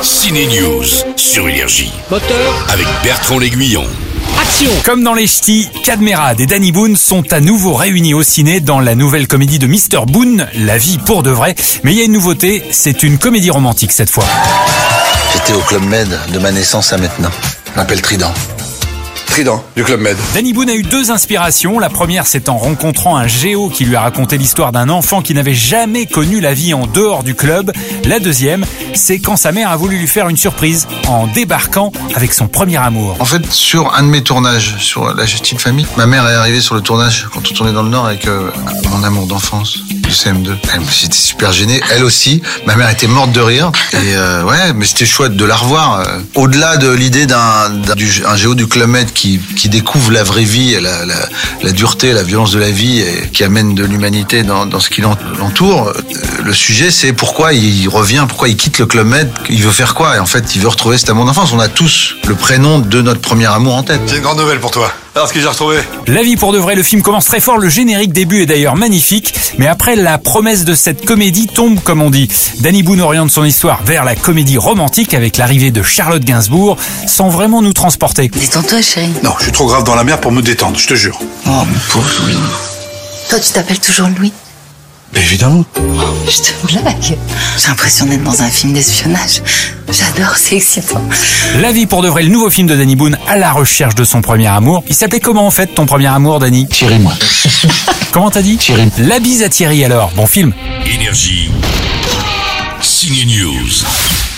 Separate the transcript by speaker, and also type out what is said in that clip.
Speaker 1: Ciné News sur Énergie
Speaker 2: Moteur,
Speaker 1: avec Bertrand L'Aiguillon.
Speaker 2: action
Speaker 3: Comme dans les ch'tis, Cadmerad et Danny Boone sont à nouveau réunis au ciné dans la nouvelle comédie de Mr Boone, La vie pour de vrai. Mais il y a une nouveauté, c'est une comédie romantique cette fois.
Speaker 4: J'étais au Club Med de ma naissance à maintenant. Je m'appelle Trident.
Speaker 5: Trident du Club Med.
Speaker 3: Danny Boone a eu deux inspirations. La première, c'est en rencontrant un géo qui lui a raconté l'histoire d'un enfant qui n'avait jamais connu la vie en dehors du club. La deuxième, c'est quand sa mère a voulu lui faire une surprise en débarquant avec son premier amour.
Speaker 4: En fait, sur un de mes tournages, sur La Justice Famille, ma mère est arrivée sur le tournage quand on tournait dans le Nord avec euh, mon amour d'enfance du CM2. Elle, J'étais super gêné, elle aussi. Ma mère était morte de rire. Et euh, ouais, mais c'était chouette de la revoir. euh. Au-delà de l'idée d'un d'un- du- un géo du Club Med qui, qui découvre la vraie vie, la, la- la dureté, la violence de la vie, et qui amène de l'humanité dans, dans ce qui l'en- l'entoure, euh, le sujet c'est pourquoi il revient, pourquoi il quitte le Club Med, il veut faire quoi Et en fait, il veut retrouver cet amour d'enfance. On a tous le prénom de notre premier amour en tête.
Speaker 5: C'est une grande nouvelle pour toi. Alors ce que j'ai retrouvé
Speaker 3: La vie pour de vrai, le film commence très fort, le générique début est d'ailleurs magnifique, mais après la promesse de cette comédie tombe comme on dit. Danny Boone oriente son histoire vers la comédie romantique avec l'arrivée de Charlotte Gainsbourg, sans vraiment nous transporter.
Speaker 6: Détends-toi, chérie.
Speaker 5: Non, je suis trop grave dans la mer pour me détendre, je te jure.
Speaker 4: Oh, mon pauvre Louis.
Speaker 6: Toi, tu t'appelles toujours Louis.
Speaker 5: Mais évidemment.
Speaker 6: Je te blague. J'ai l'impression d'être dans un film d'espionnage. J'adore, c'est excitant.
Speaker 3: La vie pour de vrai, le nouveau film de Danny Boone à la recherche de son premier amour. Il s'appelait comment en fait ton premier amour, Danny
Speaker 7: Thierry, moi.
Speaker 3: Comment t'as dit
Speaker 7: Thierry.
Speaker 3: La bise à Thierry alors, bon film.
Speaker 1: Énergie. Ciné News.